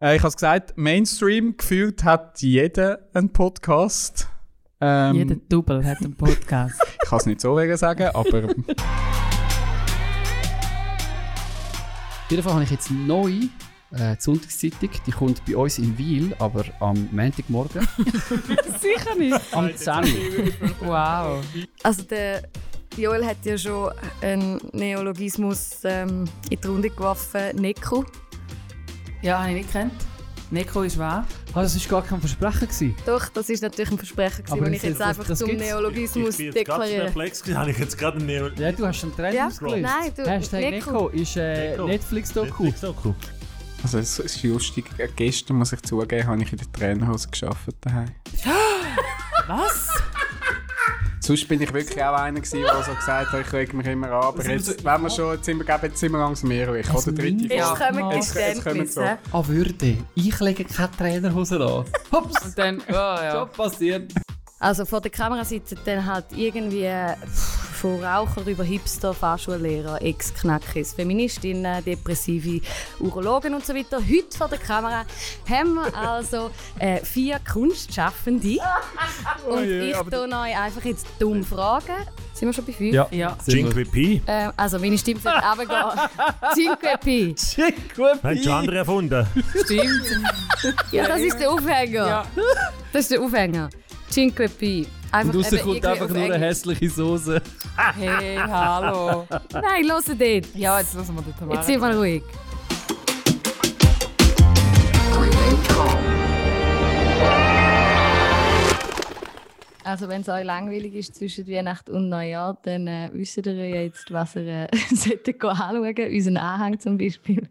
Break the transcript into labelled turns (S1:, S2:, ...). S1: Äh, ich habe es gesagt, Mainstream gefühlt hat jeder einen Podcast. Ähm,
S2: Jeder Double hat einen Podcast.
S1: Ich kann es nicht so wegen sagen, aber
S3: Auf jeden Fall habe ich jetzt neu äh, die Sonntagszeitung. Die kommt bei uns in Wiel, aber am Montagmorgen.
S2: Sicher nicht.
S3: am 10.
S2: Wow.
S4: Also der Joel hat ja schon einen Neologismus ähm, in die Runde geworfen, Neko.
S2: Ja, habe ich nicht gekannt. Nico ist wahr.
S3: Ah, das war gar kein Versprechen. Gewesen.
S4: Doch, das ist natürlich ein Versprechen,
S3: Aber
S4: gewesen, wenn ich
S3: das-
S4: jetzt
S3: das-
S4: einfach
S3: das
S4: zum
S3: gibt's.
S4: Neologismus
S5: ich bin jetzt gerade
S4: deklariere.
S5: perplex gewesen, habe ich jetzt gerade einen Neo...
S3: Ja, du hast schon Trend
S4: Ja,
S3: ausgelöst.
S4: nein, du-
S3: Hashtag
S4: Nico.
S3: Nico ist äh,
S5: Nico.
S3: Netflix-Doku.
S5: Netflix auch cool.
S1: also es ist lustig. Äh, Gestern muss ich zugeben, habe ich in der Trainerhose geschafft daheim.
S2: Was?
S1: Sonst bin ich wirklich auch einer gewesen, der so gesagt hat, ich reg mich immer an. Aber jetzt, wenn wir schon, jetzt sind wir, glaube ich, jetzt sind wir langsam mehrere.
S3: Also
S1: Oder dritte
S3: mindestens-
S1: Folge.
S4: Jetzt kommen
S2: Mann.
S1: Jetzt- jetzt kommen
S4: Geständnisse.
S1: wir
S4: hä?
S3: An Ah, Würde. Ich lege keine Trainerhose an. Ups,
S2: Und dann, oh ja.
S3: schon passiert.
S4: Also vor der Kamera sitzen dann halt irgendwie äh, pff, von Raucher über Hipster, Fahrschullehrer, Ex-Knackis, Feministinnen, depressive Urologen und so weiter. Heute vor der Kamera haben wir also äh, vier Kunstschaffende. und ich tue euch einfach jetzt dumm Fragen. Sind wir schon bei fünf?
S2: Ja.
S5: Jingle P.
S4: Ähm, also meine Stimme wird runtergehen. Cinque Pi.
S5: Haben schon andere erfunden?
S2: Stimmt.
S4: Ja, das ist der Aufhänger.
S2: Ja.
S4: Das ist der Aufhänger. Cinque Pi.
S3: Und raus
S4: eben
S3: kommt
S4: irgendwie
S3: einfach
S4: auf
S3: nur eine
S4: Englisch.
S3: hässliche Soße.
S2: Hey, hallo.
S4: Nein, los dort.
S2: Ja, jetzt lassen wir den Tamara.
S4: Jetzt sind wir ruhig. Also wenn es euch langweilig ist zwischen Weihnachten und Neujahr, dann äh, wisst ihr ja jetzt, was ihr äh, solltet go anschauen Unseren Anhang zum Beispiel.